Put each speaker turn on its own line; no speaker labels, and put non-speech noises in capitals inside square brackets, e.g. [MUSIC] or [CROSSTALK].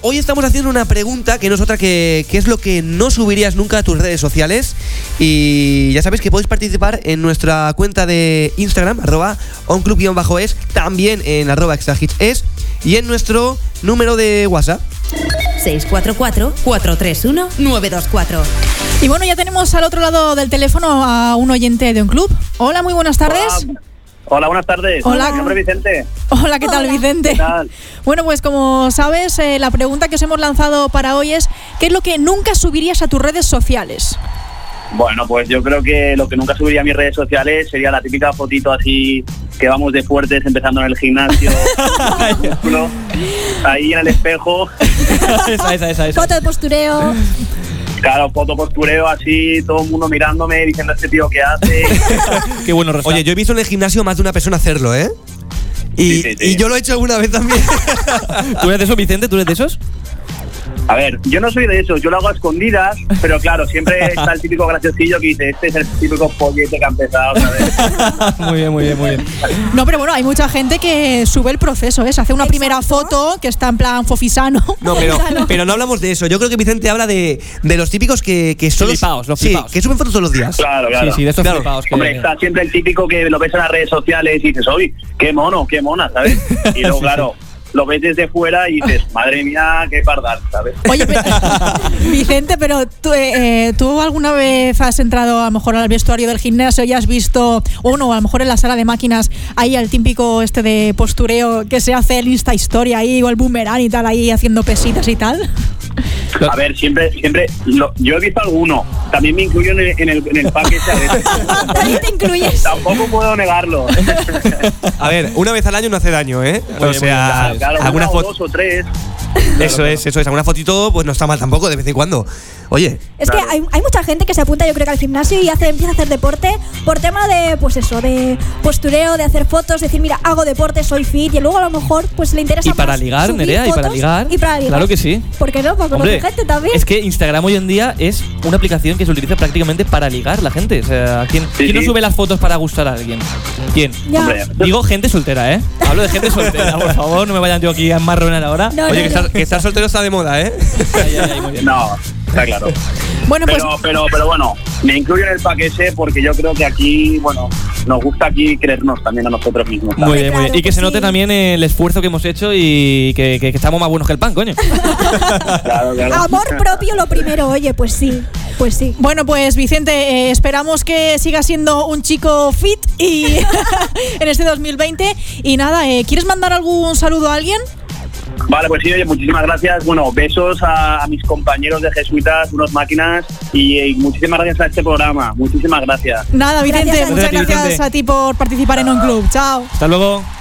Hoy estamos haciendo una pregunta que no es otra que qué es lo que no subirías nunca a tus redes sociales y ya sabéis que podéis participar en nuestra cuenta de Instagram arroba onclub-es también en arroba extrahits y en nuestro número de WhatsApp
644-431-924.
Y bueno, ya tenemos al otro lado del teléfono a un oyente de un club. Hola, muy buenas tardes.
Hola. Hola, buenas tardes.
Hola.
Mi nombre es Vicente.
Hola, ¿qué tal, Vicente?
tal?
[LAUGHS] Bueno, pues como sabes, eh, la pregunta que os hemos lanzado para hoy es, ¿qué es lo que nunca subirías a tus redes sociales?
Bueno, pues yo creo que lo que nunca subiría a mis redes sociales sería la típica fotito así que vamos de fuertes empezando en el
[LAUGHS]
gimnasio, ¿no? ahí en el espejo,
esa, esa, esa, esa.
Foto de postureo.
claro, foto postureo así, todo el mundo mirándome, diciendo este tío
[LAUGHS]
qué hace.
Qué bueno,
Oye, yo he visto en el gimnasio más de una persona hacerlo, ¿eh? Y,
Sí, sí, sí.
y yo lo he hecho alguna vez también.
¿Tú eres de esos, Vicente? ¿Tú eres de esos?
A ver, yo no soy de eso, yo lo hago a escondidas, pero claro, siempre está el típico graciosillo que dice, este es el típico pollete que ha empezado, ¿sabes?
muy bien, muy bien, muy bien.
No, pero bueno, hay mucha gente que sube el proceso, ¿eh? Se hace una primera foto que está en plan fofisano.
[LAUGHS] No,
[LAUGHS]
pero, pero no hablamos de eso. Yo creo que Vicente habla de, de los típicos que, que solo...
Flipaos, los
sí,
flipaos.
que suben fotos todos los días.
Claro, claro.
Sí, sí, de esos
Claro.
flipaos que-
Hombre, está siempre el típico que lo ves en las redes sociales y dices, oye, qué mono, qué mona,
[LAUGHS]
¿sabes? Y luego,
Sí,
claro, lo ves desde fuera y dices, madre mía, qué pardal, ¿sabes?
Oye, [LAUGHS] pero- Vicente, pero tú, eh, eh, ¿tú alguna vez has entrado a lo mejor al vestuario del gimnasio y has visto, o no, a lo mejor en la sala de máquinas, ahí al típico este de postureo que se hace el Insta Historia ahí, o el boomerang y tal, ahí haciendo pesitas y tal?
Lo-
A ver, siempre, siempre, lo- yo he visto alguno, también me incluyo en el, en el, en el pack ese a veces.
[LAUGHS] También te incluyes.
Tampoco puedo
[LAUGHS]
negarlo.
A ver, una vez al año no hace daño, ¿eh?
bien,
o sea,
muy bien,
Claro,
alguna
una o
foto.
dos o tres.
eso es, eso es. Alguna fotito, pues no está mal tampoco, de vez en cuando. Oye,
Es
Claro.
que hay, hay mucha gente que se apunta, yo creo que al gimnasio y hace, empieza a hacer deporte por tema de, pues eso, de postureo, de hacer fotos, decir, mira, hago deporte, soy fit, y luego a lo mejor pues le interesa
Y para
más
ligar,
subir
Nerea, y para
fotos
ligar.
Y para ligar.
Claro que sí.
¿Por qué no? Para conocer
Hombre,
gente también.
es que Instagram hoy en día es una aplicación que se utiliza prácticamente para ligar la gente. O sea, ¿quién, quién no
sí.
sube las fotos para gustar a alguien? ¿Quién?
Ya.
Hombre,
Digo gente soltera, ¿eh? Hablo de gente soltera, por favor, no me vayan yo aquí a enmarronar ahora.
No,
oye, que
no, no.
estar, que estar soltero está de moda, ¿eh?
Ay, ay, ay, muy bien.
No, está claro.
Bueno, pues
Pero, pero, pero bueno, me incluyo en el pack ese porque yo creo que aquí, bueno, nos gusta aquí creernos también a nosotros mismos. ¿sabes?
Muy bien, muy
Claro,
bien. Y que
pues
se note
sí.
también el esfuerzo que hemos hecho y que, que- que estamos más buenos que el pan,
[LAUGHS]
coño.
Claro, claro.
Amor propio lo primero, oye, pues sí, pues sí.
Bueno, pues Vicente, eh, esperamos que sigas siendo un chico fit y [LAUGHS] en este 2020. Y nada, eh, ¿quieres mandar algún saludo a alguien?
Vale, pues sí, oye, muchísimas gracias. Bueno, besos a, a mis compañeros de Jesuitas, unos máquinas, y, y muchísimas gracias a este programa. Muchísimas gracias.
Nada, Vicente,
Gracias a ti.
muchas
Gracias a ti,
gracias
Vicente.
a ti por participar en un club. Chao.
Hasta luego.